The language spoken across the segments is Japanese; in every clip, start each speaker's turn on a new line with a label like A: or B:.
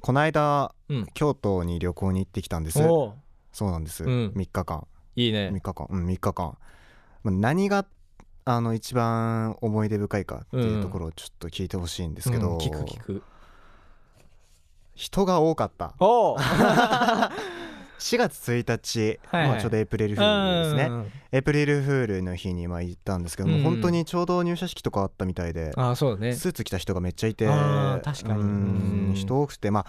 A: この間、
B: うん
A: 京都に旅行に行ってきたんです
B: おう
A: そうなんです、
B: うん
A: 3日間
B: いいね
A: 3日間うん3日間まあ何があの一番思い出深いかっていうところをちょっと聞いてほしいんですけど、
B: うん聞く聞く
A: 人が多か った
B: おう
A: 4月1日、
B: はいはい
A: まあ、ちょうどエイプリルフールですねエイプリルフールの日にまあ行ったんですけども、
B: うんうん
A: 本当にちょうど入社式とかあったみたいで、
B: ああそうだね
A: スーツ着た人がめっちゃいて
B: あー確かに
A: うん
B: うん
A: 人多くてまあ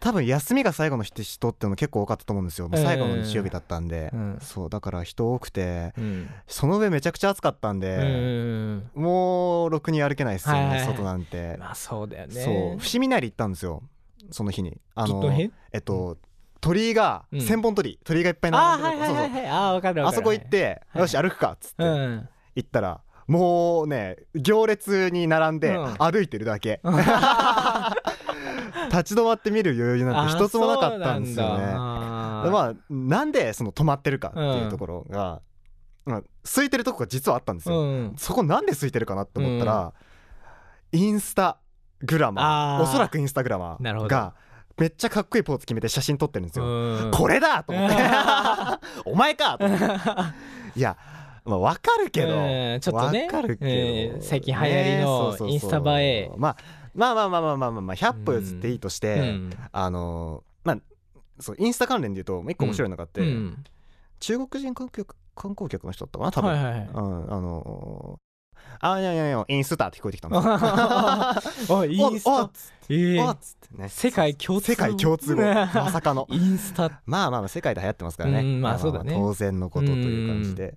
A: 多分休みが最後の人人ってのも結構多かったと思うんですよ、もう最後の日曜日だったんで、
B: うん
A: そうだから人多くて
B: うん
A: その上めちゃくちゃ暑かったん
B: うんうん
A: で、
B: うん
A: もうろくに歩けないですよね、
B: はいはいはい
A: 外なんて、
B: まあそうだよね
A: そう伏見稲荷行ったんですよその日にあ
B: きっと
A: の
B: 変
A: えっと鳥居が
B: うん
A: 千本鳥居鳥居がいっぱい
B: あ
A: 並ん
B: ー
A: で
B: はい
A: る
B: はい
A: そうそ
B: はい
A: う
B: はいあーわかるわ
A: あ
B: かる
A: そこ行って
B: はい
A: よし歩くかっつっ
B: う
A: て
B: ん
A: 行ったらもうね行列に並んで
B: うん
A: 歩いてるだけ立ち止まって見る余裕なんて一つもなかったんですよね
B: あ
A: で
B: そうなんだあ
A: まあなんでその止まってるかっていうところがまあ空いてるとこが実はあったんです
B: ー
A: よ
B: うん
A: そこなんで空いてるかなって思ったらインスタグラマ
B: あー
A: ーおそらくインスタグラマ
B: なるほ
A: ー
B: ど
A: がめっちゃかっこいいポーズ決めて写真撮ってるんですよ
B: うん
A: これだと 思ってお前かと思っていやまあわかるけど、
B: うんちょっとね
A: わかるけど、
B: うん最近流行りの
A: ねそうそうそう
B: インスタ映え
A: まあ、まあまあまあまあまあまあ、まあ、100歩譲っていいとして、
B: うん
A: あのまあそうインスタ関連で言うともう一個面白いのがあって、
B: うん
A: 中国人観光客観光客の人だったかな多分、
B: はいはいはい
A: うん、あのあいやいやいやインスタって聞こえてき たんですよ
B: あインス
A: おお
B: タ
A: っつっ
B: え
A: て
B: ー
A: おっつってね
B: 世界共通
A: 世界共 通語まさかの
B: インスタ
A: まあまあまあ世界で流行ってますからね。
B: うんまあそうだね
A: 当然のことという感じで。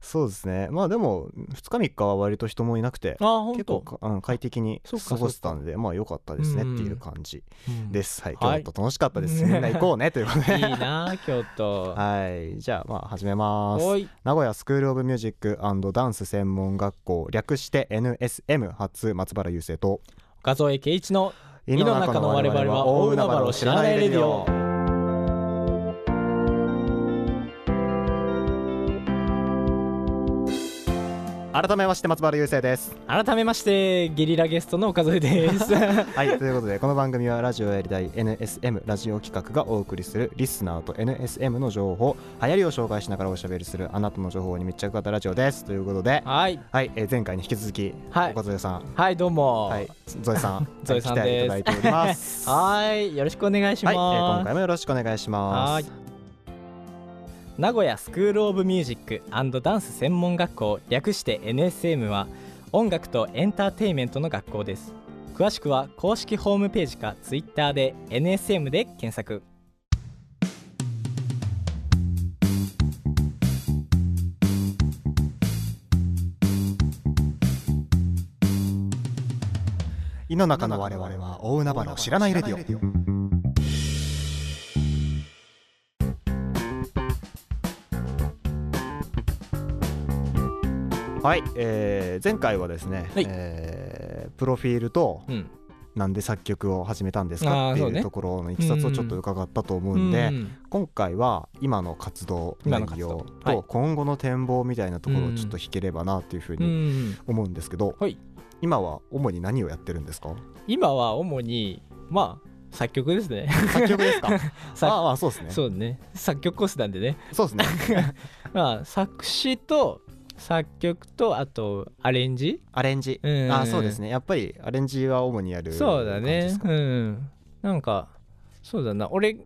A: そうですね。まあでも2日3日は割と人もいなくて。
B: あ本
A: 結
B: 当
A: 構、かうん、快適に
B: そうか
A: 過ごせたんでまあ良かったですねっていう感じ
B: うん
A: です、はい
B: は
A: 今
B: い
A: 日と楽しかったです、
B: うん
A: みんな行こうねということ
B: いい
A: で
B: な京都
A: はいじゃあまあ始めます
B: おい
A: 名古屋スクール・オブ・ミュージックダンス専門学校略して NSM 初松原雄生と
B: 岡添圭一の
A: 井
B: の中の我々は大海原を知らないレディオ
A: 改めまして松原優生です
B: 改めましてゲリラゲストの岡添です
A: はいということでこの番組はラジオやりたい NSM ラジオ企画がお送りするリスナーと NSM の情報流行りを紹介しながらおしゃべりするあなたの情報に密着型ラジオですということで
B: はい
A: はい、えー前回に引き続き、
B: はい
A: 岡添さん
B: はいどうも
A: はいゾエさん
B: ゾエさん
A: はい来てい
B: で
A: ただ
B: す
A: いております
B: はいよろしくお願いし
A: は
B: ま
A: い、
B: す
A: えー今回もよろしくお願いしま
B: は
A: す。
B: い名古屋スクール・オブ・ミュージックダンス専門学校略して NSM は音楽とエンターテインメントの学校です詳しくは公式ホームページか Twitter で NSM で検索
A: 井の中の我々は大海原を知らないレディオ。はい、えー前回はですね、
B: はい
A: えープロフィールと
B: うん
A: なんで作曲を始めたんですかって
B: あーそう
A: いう
B: ね
A: ところのいきさつをちょっと伺ったと思うんで、今回は今の活動
B: 今の
A: 内
B: 活動
A: 容
B: は
A: と
B: い
A: 今後の展望みたいなところをちょっと弾ければなというふう
B: う
A: に
B: ん
A: 思うんですけど、
B: はい
A: 今は主に何をやってるんです か
B: 今は主にまあ作曲で すね
A: 作曲ですか
B: 作
A: ああまあそうですねそ
B: そうね作曲コースなんでね
A: うですね
B: まあ作詞と作曲とあとアレンジ
A: アレンジ
B: うん
A: あそうですねやっぱりアレンジは主にやる
B: そうだ
A: 感じで
B: ね
A: すか
B: うんなんかそうだな俺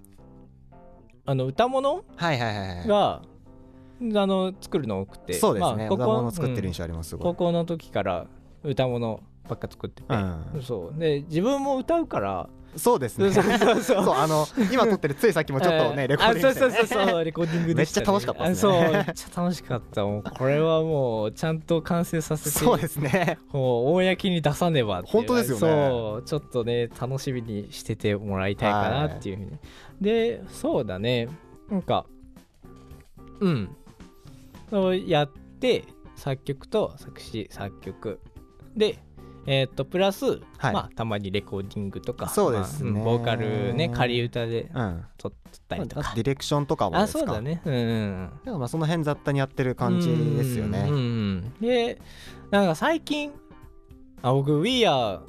B: あの歌物
A: はいはいはいは
B: が、あの作るの多くて
A: いそうです
B: まあ
A: ね
B: こ
A: 歌
B: こ
A: 物作ってる
B: うん
A: 印象ありますすご
B: 高
A: い
B: 校の時から歌物ばっか作ってて、
A: うん
B: そうで自分も歌うから
A: そうです
B: そう
A: ね
B: そうそう
A: そ
B: そう
A: うあの今撮ってるついさっきもちょっと
B: え
A: ね
B: ー
A: レコーディングして
B: あそうそうそう
A: ね
B: そうレコーディングでした、
A: めっちゃ楽しかったっすね
B: あそうめっちゃ楽しかったもうこれはもうちゃんと完成させて
A: そうですね
B: もう公に出さねばっていう
A: 本当ですよね
B: そうちょっとね楽しみにしててもらいたいかなっていうふうに、でそうだねなんかうんそうやって作曲と作詞作曲でえーっとプラス、
A: はい
B: まあ、たまにレコーディングとか
A: そうですね
B: まあうんボーカルね仮歌で
A: うん
B: 撮ったりとか、
A: ディレクションとかも
B: あ
A: ですか
B: そうだねうんうん
A: でもまあその辺雑多にやってる感じですよ
B: うんうん
A: ね
B: うんでなんか最近あ僕 We Are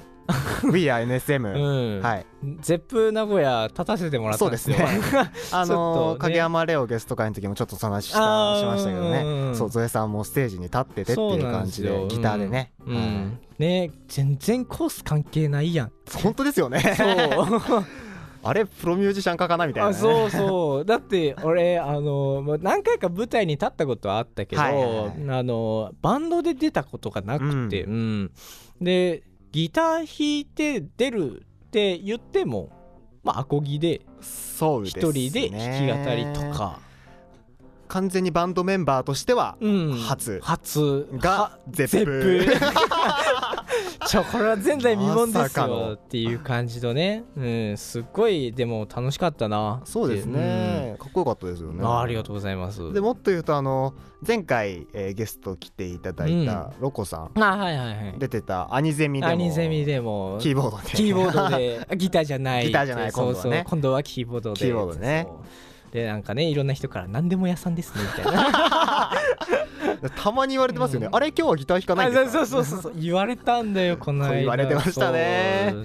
A: We are NSM、
B: うん
A: はい
B: ゼップ名古屋立たせてもらったんですよ
A: そうで あ
B: ちょっと
A: のー
B: ね
A: 影山レオゲスト会の時もちょっとその話した
B: あー
A: しましたけど
B: うん
A: ねそうゾエさんもステージに立っててって
B: そう
A: いう
B: なん
A: 感
B: です
A: じ
B: よ
A: でギターでね、
B: うん
A: はい
B: ね全然コース関係な いやん
A: 本当ですよね
B: そう
A: あれプロミュージシャンかかなみたいな、
B: あ
A: ね、
B: そうそうだって俺あのまあ何回か舞台に立ったことはあったけど、
A: はいはいはい
B: あのバンドで出たことがなくて、うんでギター弾いて出るって言ってもまあアコギで
A: そうです
B: 一
A: ね
B: 人で弾き語りとか、
A: 完全にバンドメンバーとしては
B: うん、
A: 初
B: 初
A: がゼッ
B: ゼッ
A: プ
B: プ ちょこれは前代未聞
A: ま
B: で
A: さ
B: す
A: かの
B: よっていう感じのね、うん、すっごいでも楽しかったな
A: そうですね、かっこよかったですよ
B: うん
A: ね
B: あありがとうございます
A: でもっと言うとあの前回、えーゲスト来ていただいたロコさん、
B: あはいはいはい
A: 出てたアニゼミでも
B: アニゼミでも
A: キーボードで
B: キーボードであ ギターじゃない
A: ギターじゃない
B: そう
A: 今度は
B: そう
A: ね
B: 今度はキーボードで
A: キーボードね
B: そうでなんかねいろんな人から何でも屋さんですねみた いな
A: たまに言われてますよね、
B: うん
A: あれ今日はギター弾かないんですか
B: そうそうそうそう言われたんだよこの
A: そう
B: 間
A: 言われてましたね
B: そう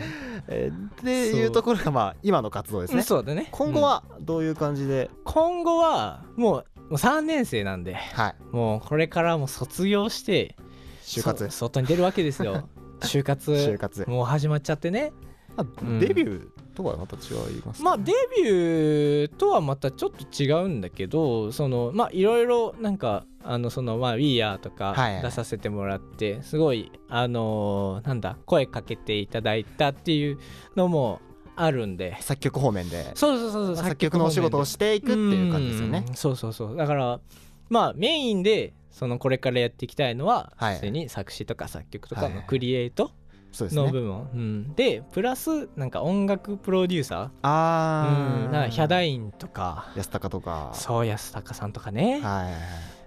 A: えーっていうところがまあ今の活動です
B: うん
A: ね
B: そうだね
A: 今後はどういう感じで、
B: 今後はもうもう3年生なんで
A: はい
B: もうこれからも卒業して
A: 就活
B: そ外に出るわけで すよ就活
A: 就活、
B: もう始まっちゃってね
A: まあ
B: うん
A: デビューとはまた違いますか
B: まあデビューとはまたちょっと違うんだけどそのまあいろいろなんかあのそのまあ「WeAre」とか
A: はいはい
B: 出させてもらってすごいあのーなんだ声かけていただいたっていうのもあるんで
A: 作曲方面で
B: そうそうそうそう
A: まあ作曲のお仕事を
B: し
A: していくっていう感じですよね
B: そうそうそうだからまあメインでそのこれからやっていきたいのは
A: はい
B: 普通に作詞とか作曲とか
A: はいは
B: の
A: い
B: クリエイト
A: そうです
B: の
A: ね
B: 部門、うん、でプラスなんか音楽プロデューサー
A: あ
B: う
A: あ、
B: ん、だからヒャダインとか
A: 安高とか
B: そう安高さんとかね
A: はいはいはい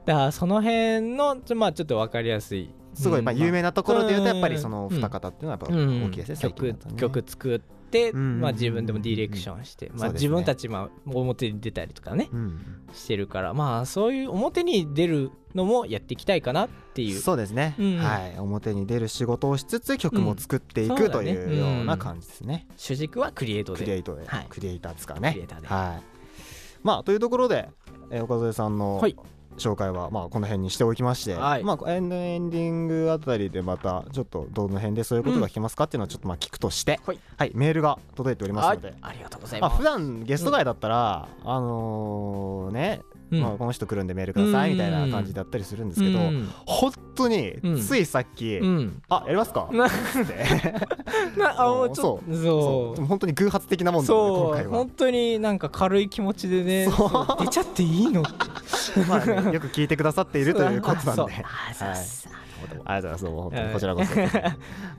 B: だからその辺のちょまあちょっと分かりやすい
A: すごいまあ有名なところで言うとやっぱりその
B: うん
A: 二方っていうのはやっぱ
B: うん
A: 大きいですね最近
B: 曲
A: だとね
B: 曲作って、
A: うん
B: まあ、自分でもディレクションして、ま
A: そ
B: あ、
A: うです
B: 自
A: ね
B: 分たちまあ表に出たりとかね
A: うん
B: してるからまあそういう表に出るのもやっていきたいかなっていう
A: そうですね
B: うん
A: はい表に出る仕事をしつつ曲も作ってい
B: うんそう
A: く
B: だ
A: と
B: ね
A: いうような感じですね
B: 主軸はクリエイト
A: クリエ
B: で
A: イトで
B: はい
A: クリエイターですから
B: クリエイ
A: ね
B: ターで
A: はいまあというところでえー岡添さんの
B: はい
A: 紹介はまあこの辺にしておきまして
B: はい
A: まあエンドエンディングあたりでまたちょっとどの辺でそういうことが聞けますかっていうのはちょっとまあ聞くとして
B: はい
A: はいメールが届いておりますので
B: ありがとうござい
A: まあ、
B: ます、
A: 普段ゲスト外だったら、あのーね、
B: うん
A: まあ、この人来るんでメールくださいみたいな感じだったりするんですけど、
B: うん
A: 本当に
B: うん
A: ついさっき「
B: うん
A: あやります か?」
B: な
A: って
B: なあもうちょ
A: そ
B: っ
A: う
B: と
A: そうでも本当に偶発的なもんだね今
B: そう
A: 回は
B: 本。当になんか軽い気持ちでね
A: そう
B: そう出ちゃっていいのって
A: まあねよく聞いてくださっているということなんで。
B: あそうあそう
A: ありがとうございますどうも本当
B: は
A: に
B: い
A: こちらこそ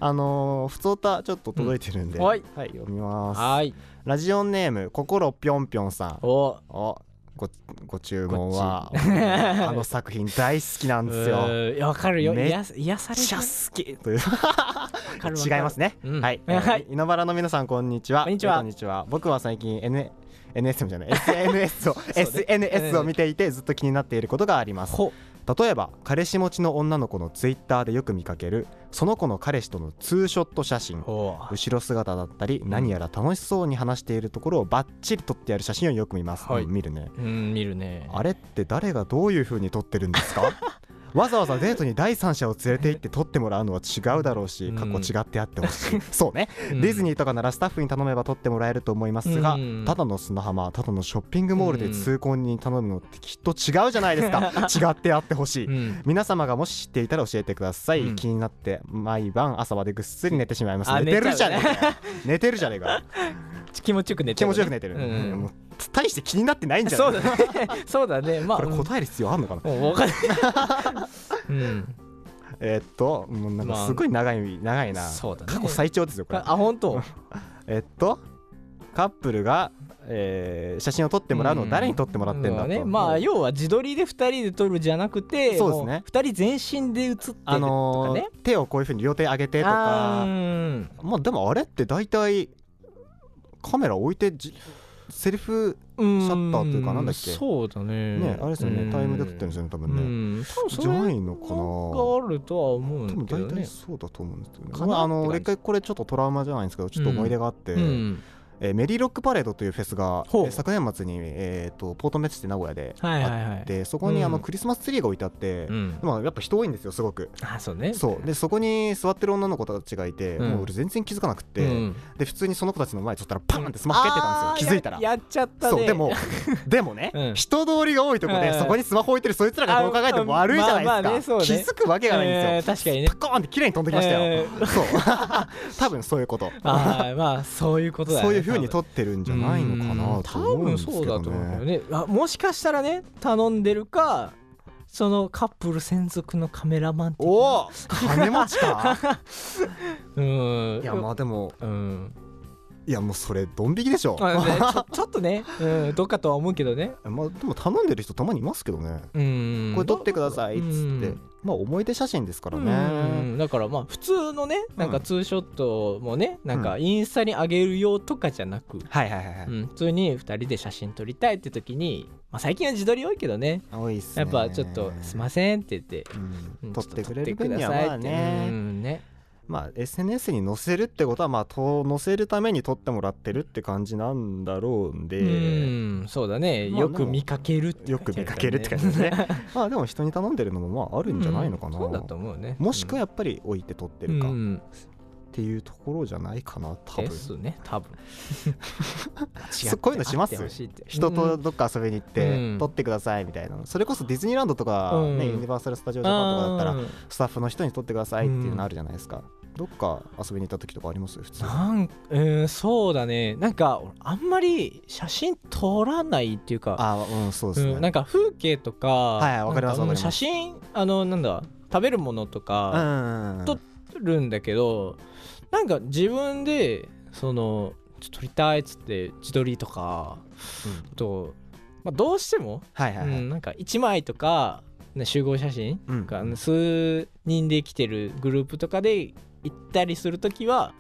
A: あのー普通歌ちょっと届いてるんで、
B: うんはい
A: 読みます
B: はい
A: ラジオネーム心ぴょんぴょんさん
B: お
A: おごご注文はあの作品大好きなんです よ
B: うんいやわかるよ
A: めっ
B: 癒や癒され
A: めっちゃ
B: る
A: 好きという
B: わかるわかる
A: 違いますね、
B: うん
A: はい、え
B: は
A: ー
B: い
A: 稲原の皆さんこんにちは
B: こんにちは
A: えー僕は最近 N NSM じゃない SNS を SNS を見ていてずっと気になっていることがあります
B: ほ
A: 例えば彼氏持ちの女の子のツイッターでよく見かけるその子の彼氏とのツーショット写真
B: ほう
A: 後ろ姿だったり何やら楽しそうに話しているところをバッチリ撮ってやる写真をよく見ます、
B: はい
A: うん見るね
B: うん見るね
A: あれって誰がどういう風に撮ってるんですか わざわざデートに第三者を連れて行って撮ってもらうのは違うだろうし
B: うん
A: 過去違ってあってほし いそうね
B: デ
A: ディズ
B: ー
A: ニーとかならスタッフに頼めば撮ってもらえると思いますが
B: うん
A: ただの砂浜ただのショッピングモールで痛恨に頼むのってきっと違うじゃないですか 違ってあってほしい
B: うん
A: 皆様がもし知っていたら教えてください、
B: うん
A: 気になって毎晩朝までぐっすり寝てしまいます
B: あ
A: 寝て
B: 寝
A: る
B: ち
A: じ
B: ゃ
A: ゃ
B: う
A: ね
B: ね
A: えかよ寝てるじゃねえ か
B: 気持ちよく寝
A: 気
B: てるね
A: 持ちよく寝てる、
B: うん
A: もう大して気になってないんじゃない
B: そうだね そうだねまあ
A: これ答える必要あんのかな、
B: うんもうわ かんないうん
A: えーっともうなん
B: ま
A: か
B: あ
A: すごい長い長いな、
B: そうだね
A: 過去最長ですよこれ
B: あ本当
A: えーっとカップルが、えー写真を撮ってもらうのを誰に撮ってもらってんだと、
B: うねまあ要は自撮りで2人で撮るじゃなくて
A: そうですね
B: 2人全身で写ってるとか
A: あ
B: ね、
A: のー手をこういうふうに両手上げてと
B: あーう
A: か
B: ん
A: まあでもあれって大体カメラ置いてじセリフシャッターというかなんだっけ
B: そうだね
A: ねあれですよねタイムで撮ってるんですよ
B: よ
A: ね多
B: う
A: 分ね
B: ん多分そ
A: じゃ
B: れ
A: ないのかな
B: があるとは思うんだけ
A: 多
B: ど
A: 分大体
B: ね
A: そうだと思うんですけどね
B: かな
A: まああ
B: っ
A: の
B: て感じ
A: 俺一回これちょっとトラウマじゃないんですけどちょっと思い出があって、
B: うん
A: えーメリーロックパレードというフェスが、え
B: ほう
A: ー昨年末に、えー、とポートンメッチって名古屋であって、
B: はいはいはい
A: そこにあ
B: う
A: の
B: ん
A: クリスマスツリーが置いてあって、
B: うん
A: まあ、やっぱ人多いんですよすごく
B: あそうね
A: そうでそこに座ってる女の子たちがいて、
B: うん
A: もう俺全然気づかなくて、
B: うん
A: で普通にその子たちの前ちょっとらパーンってスマホ蹴ってたんですよ、
B: あー
A: 気づいたら
B: ややっちゃったね
A: そうでもでもね、
B: うん
A: 人通りが多いとこで、
B: うん
A: そこにスマホ置いてるそいつらがどう考えても悪いじゃないですか、
B: あまあまあねそうね
A: 気づくわけがないん
B: え
A: で
B: ー確
A: す
B: か
A: よ、
B: にね
A: パコーンって綺麗に飛んできましたよ、
B: え
A: そう 多分そういうこと
B: あーまあそういうことだよね
A: そういうふうに撮ってるんじゃないのかなと思うんですけど、ね、
B: 多分そうだと思うよねあもしかしたらね頼んでるかそのカップル専属のカメラマン的な
A: おお 金持ちか
B: うん
A: いやまあでも
B: うん
A: いやもうそれドン引きでしょ
B: まあね、ちょ ちょっとね、うん、どっかとは思うけどね
A: まあでも頼んでる人たまにいますけどね
B: うん
A: これ撮ってくださいっつっ
B: う
A: て
B: ん
A: まあ思い出写真ですから
B: う
A: ね
B: んだからまあ普通のねなん
A: う
B: か
A: ん
B: ツーショットもね、なんかインスタに上げる用とかじゃなく、
A: はいはいはいは
B: う
A: い
B: ん、普通に2人で写真撮りたいって時に、まあ、最近は自撮り多いけどね
A: 多いっすね
B: やっぱちょっと「すいません」って言って。
A: うん
B: うん
A: 撮ってくれ
B: ちょ
A: る
B: っと撮
A: 分
B: って
A: には
B: ください
A: まあ
B: ってう
A: ね
B: んね
A: まあ SNS に載せるってことはまあと載せるために撮ってもらってるって感じなんだろうん
B: う
A: で
B: んそうだね、
A: まあ
B: よく見かけるって
A: よく見かけるって感じですねまあでも人に頼んでるのもまああ
B: ある
A: るんじゃないのか
B: そうだ
A: な
B: と思うね
A: もしくは
B: や
A: やっぱり置いて撮ってるか
B: う
A: っ
B: ん、
A: ていうところじゃないかな多
B: で
A: 分
B: すね多分
A: そうこういうのします
B: 違ってあってほいって
A: 人
B: うん
A: とどっか遊びに行って、
B: うん
A: 撮ってくださいみたいなそれこそディズニーランドとか、ね
B: うん
A: ユニバーサル・スタジオ・ジャパンとかだったら
B: うん
A: スタッフの人に撮ってくださいっていうのあるじゃないですか、どっか遊びに行った時とかあります普通
B: なんうんそうだねなんか俺あんまり写真撮らないっていうか
A: あうんそうですね、
B: うん、なんか風景とか,、
A: いわかります
B: な
A: わか
B: ん
A: ります
B: うん写真あのなんだ食べるものと
A: うん
B: か
A: うんうん
B: 撮っ撮るんだけど、なんか自分でそのちょっと撮りたいっつって自撮りとか
A: うん
B: と、まあ、どうしても、
A: はいはいは
B: う
A: い
B: ん、なんか1枚とか、ね、集合写真
A: うん
B: が数人で来てるグループとかで行ったりするときは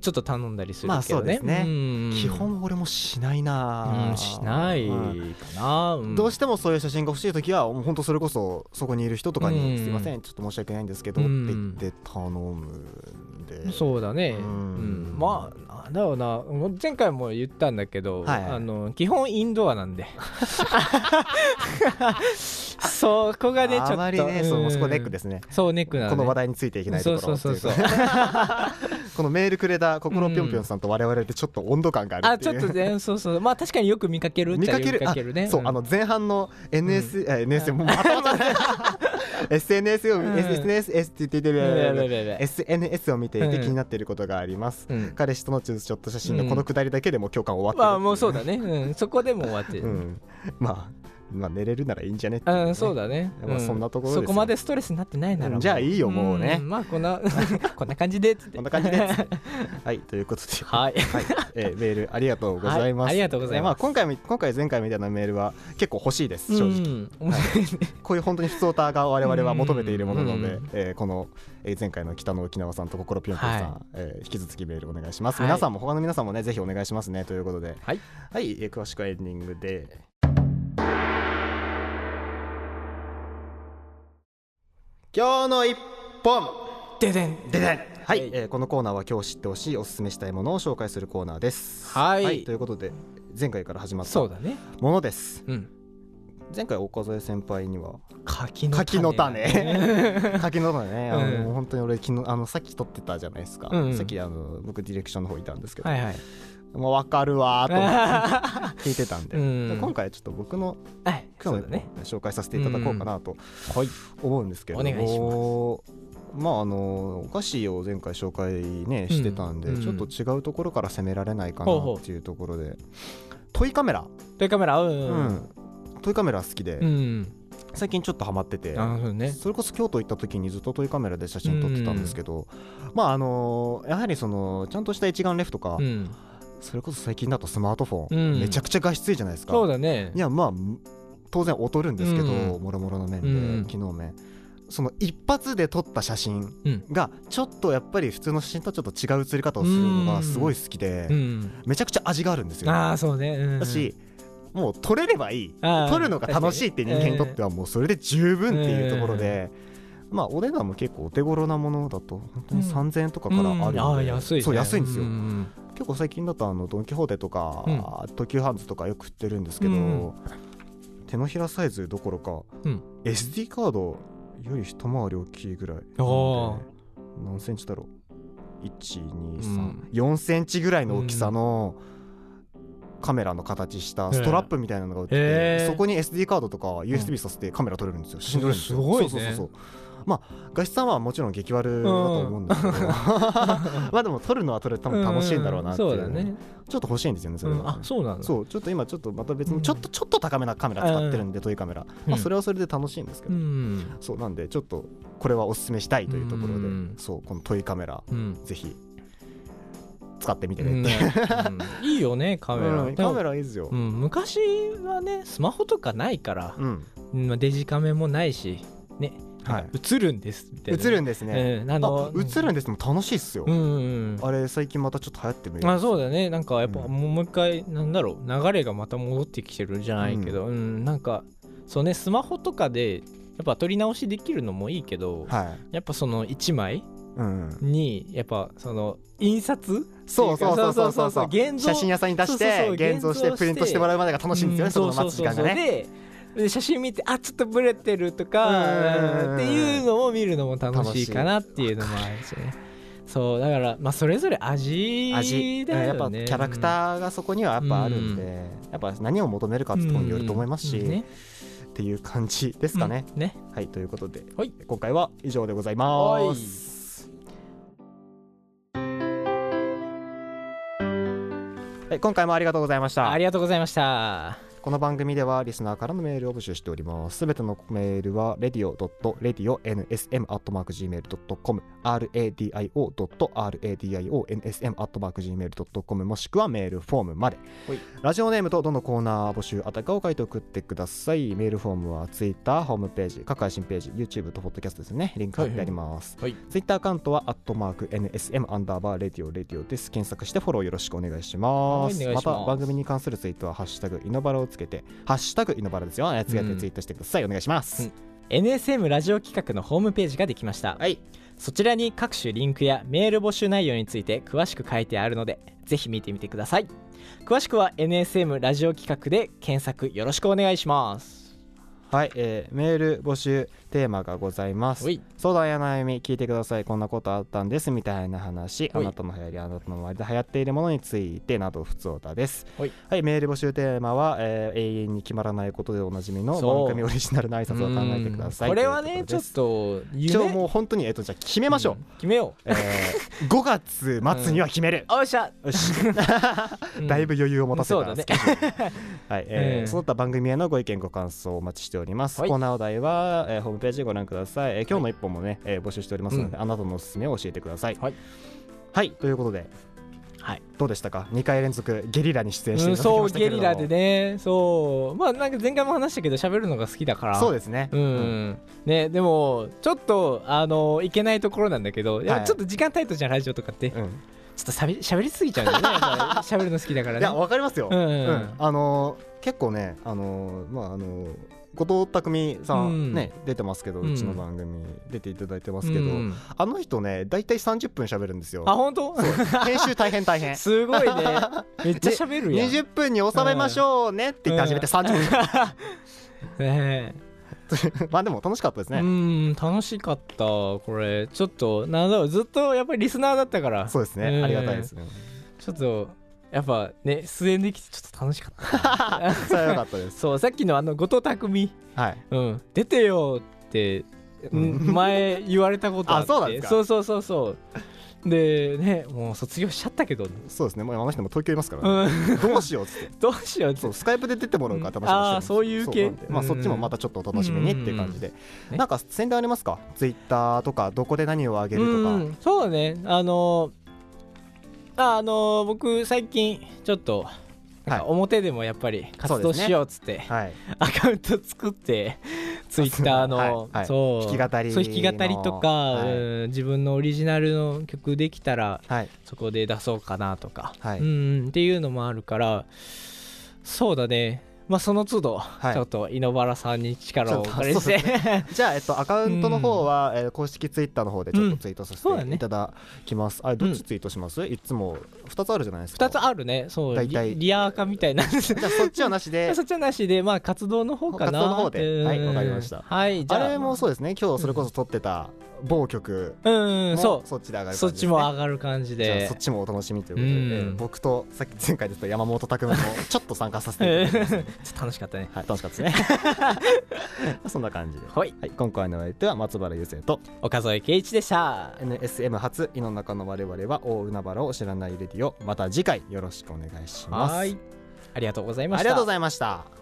B: ちょっと頼んだりする
A: まあ
B: けどね,、
A: そううんですね基本俺もしないな、
B: うんしない
A: うん
B: かな、うん
A: どうしてもそういう写真が欲しい時はもうほんとそれこそそこにいる人とかに「
B: うん
A: すいませんちょっと申し訳ないんですけど」っ
B: う
A: て
B: ん
A: 言って頼むんで
B: そうだね、
A: う
B: うんんまあなんだろうなもう前回も言ったんだけど、
A: はいはい
B: あの基本インドアな んでそこがねちょっと
A: あまりね、その
B: うん
A: そこネックですね。
B: そうネックなの、
A: こ
B: ね、
A: の話題についていけないところ
B: そうそうそ う
A: っていかこのメールくれた心ぴょんぴょんさんと我々ってちょっと温度感がある
B: あ
A: ってい
B: ちょ
A: う
B: っとねそうそうまあ確かによく見かけるっちゃ
A: 見かける
B: 見かけるね
A: そうあの前半の NS、え NS もうまたまた ね SNS を
B: うん
A: SNS STTT
B: え
A: SNS を見ていて気になっていることがあります
B: うん
A: 彼氏とのツーショット写真のこのくだりだけでも共感終わってる
B: まあもうそうだね、うん、そこでもう終わって
A: う
B: る、
A: んまあまあ寝れるならいいんじゃねってい
B: うん
A: ね
B: そうだね、
A: まあ
B: う
A: そんなところですよ
B: そこまでストレスになってないならもう、
A: うんじゃあいいよもうね
B: んまあこんな こんな感じでっつって
A: こんな感じで はいということで
B: はい
A: はい、えーメールありがとうございます。
B: はいありがとうございま
A: えーあ
B: す
A: 今回み今回前回みたいなメールは結構欲しいです。正直、
B: 正直
A: こういう本当に普通オタが我々は求めているものなので、
B: うん
A: えーこの、えー前回の北の沖縄さんと心ぴょんぴょんさん、
B: は
A: えー引き続きメールお願いします。
B: はい
A: 皆さんも他の皆さんもねぜひお願いしますねということで、
B: はい
A: はい、えー詳しくはエンディングで。今日の一本。
B: ででん
A: ででんはい、
B: はい
A: えーこのコーナーは今日知ってほしいおすすめしたいものを紹介するコーナーです。
B: はい
A: ということで前回から始まった
B: そうだね
A: ものです。
B: うん
A: 前回岡添先輩には
B: 柿の種
A: 柿の種 柿の種ね、あの、
B: うん
A: 本当に俺昨日あのさっき撮ってたじゃないですか。
B: うんうん
A: さっきあの僕ディレクションの方いたんですけど、
B: はいはい
A: もうわかるわ ーと思って聞いてたんで。
B: うん
A: で今回はちょっと僕の
B: はいそ
A: 今
B: う
A: 日
B: だ
A: の、
B: ね
A: 紹介させていただこうかなと
B: はい
A: 思うんですけれども
B: お願いし
A: まああのお菓子を前回紹介ねしてたんで、
B: うん
A: ちょっと違うところから攻められないかな
B: ほうほう
A: っていうところで、トイカメラ、
B: というカメラう
A: うん
B: ん
A: トイカメラ好きで、
B: うん
A: 最近ちょっとハマってて
B: なるほどね
A: それこそ京都行った時にずっとトイカメラで写真撮ってたんですけど、まああのやはりそのちゃんとした一眼レフとか、
B: うん
A: それこそ最近だとスマートフォン、
B: うん
A: めちゃくちゃ画質いいじゃないですか。
B: そうだね
A: いやまあ当然劣るんですけど、
B: うん
A: もろもろの面で、
B: うん
A: 機能面その一発で撮った写真
B: うん
A: がちょっとやっぱり普通の写真とちょっと違う写り方をするのがすごい好きで、
B: うん
A: めちゃくちゃ味があるんですよ。
B: ああそうね、うん、
A: だし、もう撮れればいい
B: あー
A: 撮るのが楽しいって人間にとってはもうそれで十分っていうところで、まあお値段も結構お手頃なものだと本当に
B: うん
A: 3000円とかからあるので、
B: うんあー安い、ね、
A: そう安いんですよ、
B: ううん
A: 結構最近だとあのドン・キホーテとか、
B: うん
A: 東急ハンズとかよく売ってるんですけど、
B: うん
A: 手のひらサイズどころか、
B: うん
A: SD カードより一回り大きいぐらいなんで
B: あ
A: 何センチだろう
B: うん
A: 1234センチぐらいの大きさのカメラの形したストラップみたいなのが売ってて、
B: へえ
A: そこに SD カードとか USB させてカメラ撮れるんですよ写真撮れるんですよ
B: すごいね
A: そうそうそうそうまあ画質さんはもちろん激悪だと思うんですけど、 まあでも撮るのは撮れて多分楽しいんだろうなっていう,、
B: んそうだね、
A: ちょっと欲しいんですよねそれ
B: うん
A: は、
B: あそうなんだ
A: そうちょっと今ちょっとまた別
B: う
A: の
B: ん
A: ちょっとちょっと高めなカメラ使ってるんで、トイカメラ、
B: う
A: まあ、
B: ん
A: それはそれで楽しいんですけ
B: う
A: ど、
B: ん
A: そうなんでちょっとこれはおすすめしたいというところで、
B: うん
A: そうこのトイカメラ
B: うん
A: ぜひ使ってみて
B: う
A: ね
B: ん
A: っ
B: ね
A: て、
B: うんいいよねカメラ、
A: うん
B: でも
A: カメラいいですよ
B: う、ん、昔はねスマホとかないから
A: う、ん
B: まあデジカメもないしね
A: はい
B: 映るんですみたい
A: 映
B: な
A: るんですね、
B: うんあの
A: あ映るんですも楽しいっすよ、
B: うんうんうん
A: あれ最近またちょっと流行ってもいいです
B: あそうだねなんかやっぱ
A: うん
B: もう一回なんだろう流れがまた戻ってきてるじゃないけどうん、なんかそうねスマホとかでやっぱ撮り直しできるのもいいけど、
A: はい、
B: やっぱその1枚
A: うん、
B: にやっぱその印刷
A: そうそうそうそうそうそう
B: 現像
A: 写真屋さんに出し
B: そうそ
A: て
B: うそう
A: 現像して
B: 現像して
A: プリントしてもらうまでが楽しいんですよね、
B: うん
A: その待つ時間がね
B: そうそうそうでで写真見てあちょっとブレてると
A: うんうんうん
B: かっていうのを見るのも楽しいかなっていうのもあるしねそうだからまあそれぞれ味
A: 味
B: だ
A: やっ
B: よ
A: ぱキ
B: ね
A: ャラク
B: ー
A: ターがそこにはやっぱあるんで、
B: う
A: やっぱ何を求めるかってところによると思いますし、っていう感じですかね、
B: ね
A: はいということで、
B: はい
A: 今回は以上でございますはい今回もありがとうございました
B: ありがとうございました
A: この番組ではリスナーからのメールを募集しております。すべてのメールは radio.radio.nsm.gmail.com radio.radio.nsm.gmail.com もしくはメールフォームまで
B: ほい。
A: ラジオネームとどのコーナー募集あたかを書いて送ってください。メールフォームは Twitter、ホームページ、各配信ページ、YouTube と Podcast ですね。リンク貼ってあります。
B: はい
A: ツイッターアカウントは、アットマーク NSM アンダーバーレディオレディオです。検索してフォローよろしくお願いします。
B: はいお願いします
A: た番組に関するツイートは、ハッシュタグイノバラをつけて、ハッシュタグイノバラですよ。つけてツイートしてください。お願いします。
B: うん NSM ラジオ企画のホームページができました
A: はい。
B: そちらに各種リンクやメール募集内容について詳しく書いてあるので、ぜひ見てみてください。詳しくは NSM ラジオ企画で検索よろしくお願いします。
A: はい、えーメール募集テーマがございます
B: ほい。
A: 相談や悩み聞いてください。こんなことあったんですみたいな話。あ
B: ほい
A: なたの流行り、あなたの周りで流行っているものについてなど普通歌です。
B: ほい
A: はい、メール募集テーマは、えー永遠に決まらないことでおなじみの
B: そう
A: 番組オリジナルの挨拶を考えてください。
B: これはね、
A: と
B: ち
A: い
B: ょ
A: う
B: っ
A: こです
B: と
A: 一
B: 夢
A: 応もう本当にえっ、とじゃあ決めましょう。
B: ん決めよ
A: えー5月末には決める
B: う。。おっしゃ、
A: よし。
B: うん
A: だいぶ余裕を持たせ
B: そう
A: た
B: だ
A: ス
B: ね
A: ケジュール。 はい、え
B: う
A: ー
B: ん
A: その他番組へのご意見ご感想をお待ちしております、
B: はい
A: コーナーお題は、えーホームページでご覧ください、えー今日の一本もね、えー募集しておりますので、
B: う
A: あなたのおすすめを教えてください
B: はい、
A: はいということで
B: はい、
A: どうでしたか2回連続ゲリラに出演し
B: う
A: てい
B: ん
A: ただき
B: そ
A: ま
B: う
A: したけれ
B: ゲ
A: ど
B: リ
A: も、
B: ラでねそうまあなんか前回も話したけど喋るのが好きだから
A: そうですね、
B: うん、ねでもちょっとあのいけないところなんだけど、いや
A: はい
B: ちょっと時間タイトじゃんラジオとかって、
A: うん
B: ちょっとしゃべしゃべりすぎちゃうん だよねやっぱ喋るの好きだから
A: い
B: ね
A: やわかりますよ、
B: うんうんうん
A: あのー結構ねあのーまああのー後藤匠さん、
B: うん
A: ね出てますけど、う
B: うん
A: ちの番組出ていただいてますけど、
B: うん
A: あの人ね大体30分喋るんですよ
B: あ本当
A: 編集大変大変
B: すごい ねめっちゃ喋るやん、
A: 20分に収めましょうねって言って始めて30分
B: ね
A: まあでも楽しかったです
B: えう
A: ね
B: ん楽しかったこれちょっとなんだろうずっとやっぱりリスナーだったから
A: そうです
B: う
A: ね
B: ん
A: ありがたいですね
B: ちょっとやっぱね出演できてちょっと楽しかった
A: それはよかったです
B: そうさっきのあの後藤匠、
A: はい
B: うん、出てよ って
A: うん
B: 前言われたことあって
A: あそうなんですか
B: そうそうそうそうでねもう卒業しちゃったけど、
A: そうですねもうあの人も東京いますからね
B: うん、
A: どうしようっつって
B: どうしようって
A: そうスカイプで出てもらうかって話をして
B: うん
A: ます
B: あーそういう系
A: なんでまあ
B: うん
A: そっちもまたちょっとお楽しみにっていう感じで
B: うん
A: なんか宣伝ありますかツイッターとかどこで何をあげるとか
B: うんそうだねあのああの僕最近ちょっとなんか
A: は
B: 表でもやっぱり活
A: そう
B: 動
A: ですね
B: しようっつって、
A: はい
B: アカウント作ってツイッター
A: はい
B: の、
A: はい
B: そう
A: 弾き語り
B: そう弾き語りとか、
A: はい
B: うん自分のオリジナルの曲できたら
A: はい
B: そこで出そうかなとか、
A: はい
B: うんうんっていうのもあるからそうだねまあその都度、
A: い
B: ちょっと井ノ原さんに力をお借りし
A: ちょっと
B: て
A: じゃあ、えっと、アカウントの方は、えー公式ツイッターの方でちょっとツイートさせ
B: うんそうだ
A: て
B: ね
A: いただきます、あれどっちツイートします、いつも2つあるじゃないですか
B: 2つあるねそう
A: 大
B: リ
A: 体
B: リアーカみたい な
A: じゃあそっちはなし で
B: そっちはなしでまあ活動の方
A: 活
B: かな
A: 動の方で
B: うん
A: はいわかりました
B: はいじ
A: あ
B: ゃあ
A: れもそうですね今日それこそ撮ってた某曲
B: うん
A: も
B: うんそ
A: そっちで上が
B: う
A: る感
B: そっ
A: じですね
B: ちも上がる感じ
A: じゃあ
B: で
A: そっちもお楽しみということで、
B: うん
A: えー僕とさっき前回で言った山本拓磨もちょっと参加させていただきます、
B: うん ちょっと楽しかったね
A: はい、楽しかったですね そんな感じで、
B: はい
A: はい、今回のお相手は松原優生と
B: 岡添圭一でした
A: NSM 初井の中の我々は大海原を知らないレディオまた次回よろしくお願いします
B: はいありがとうございま
A: あ
B: し
A: りが
B: た
A: とうございました